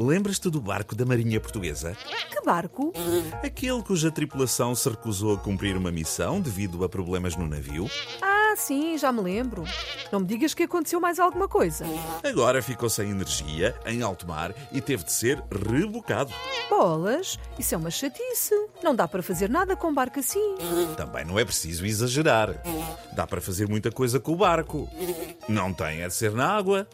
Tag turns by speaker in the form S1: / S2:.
S1: Lembras-te do barco da Marinha Portuguesa?
S2: Que barco?
S1: Aquele cuja tripulação se recusou a cumprir uma missão devido a problemas no navio?
S2: Ah, sim, já me lembro. Não me digas que aconteceu mais alguma coisa.
S1: Agora ficou sem energia, em alto mar e teve de ser rebocado.
S2: Bolas, isso é uma chatice. Não dá para fazer nada com um barco assim.
S1: Também não é preciso exagerar. Dá para fazer muita coisa com o barco. Não tem é de ser na água.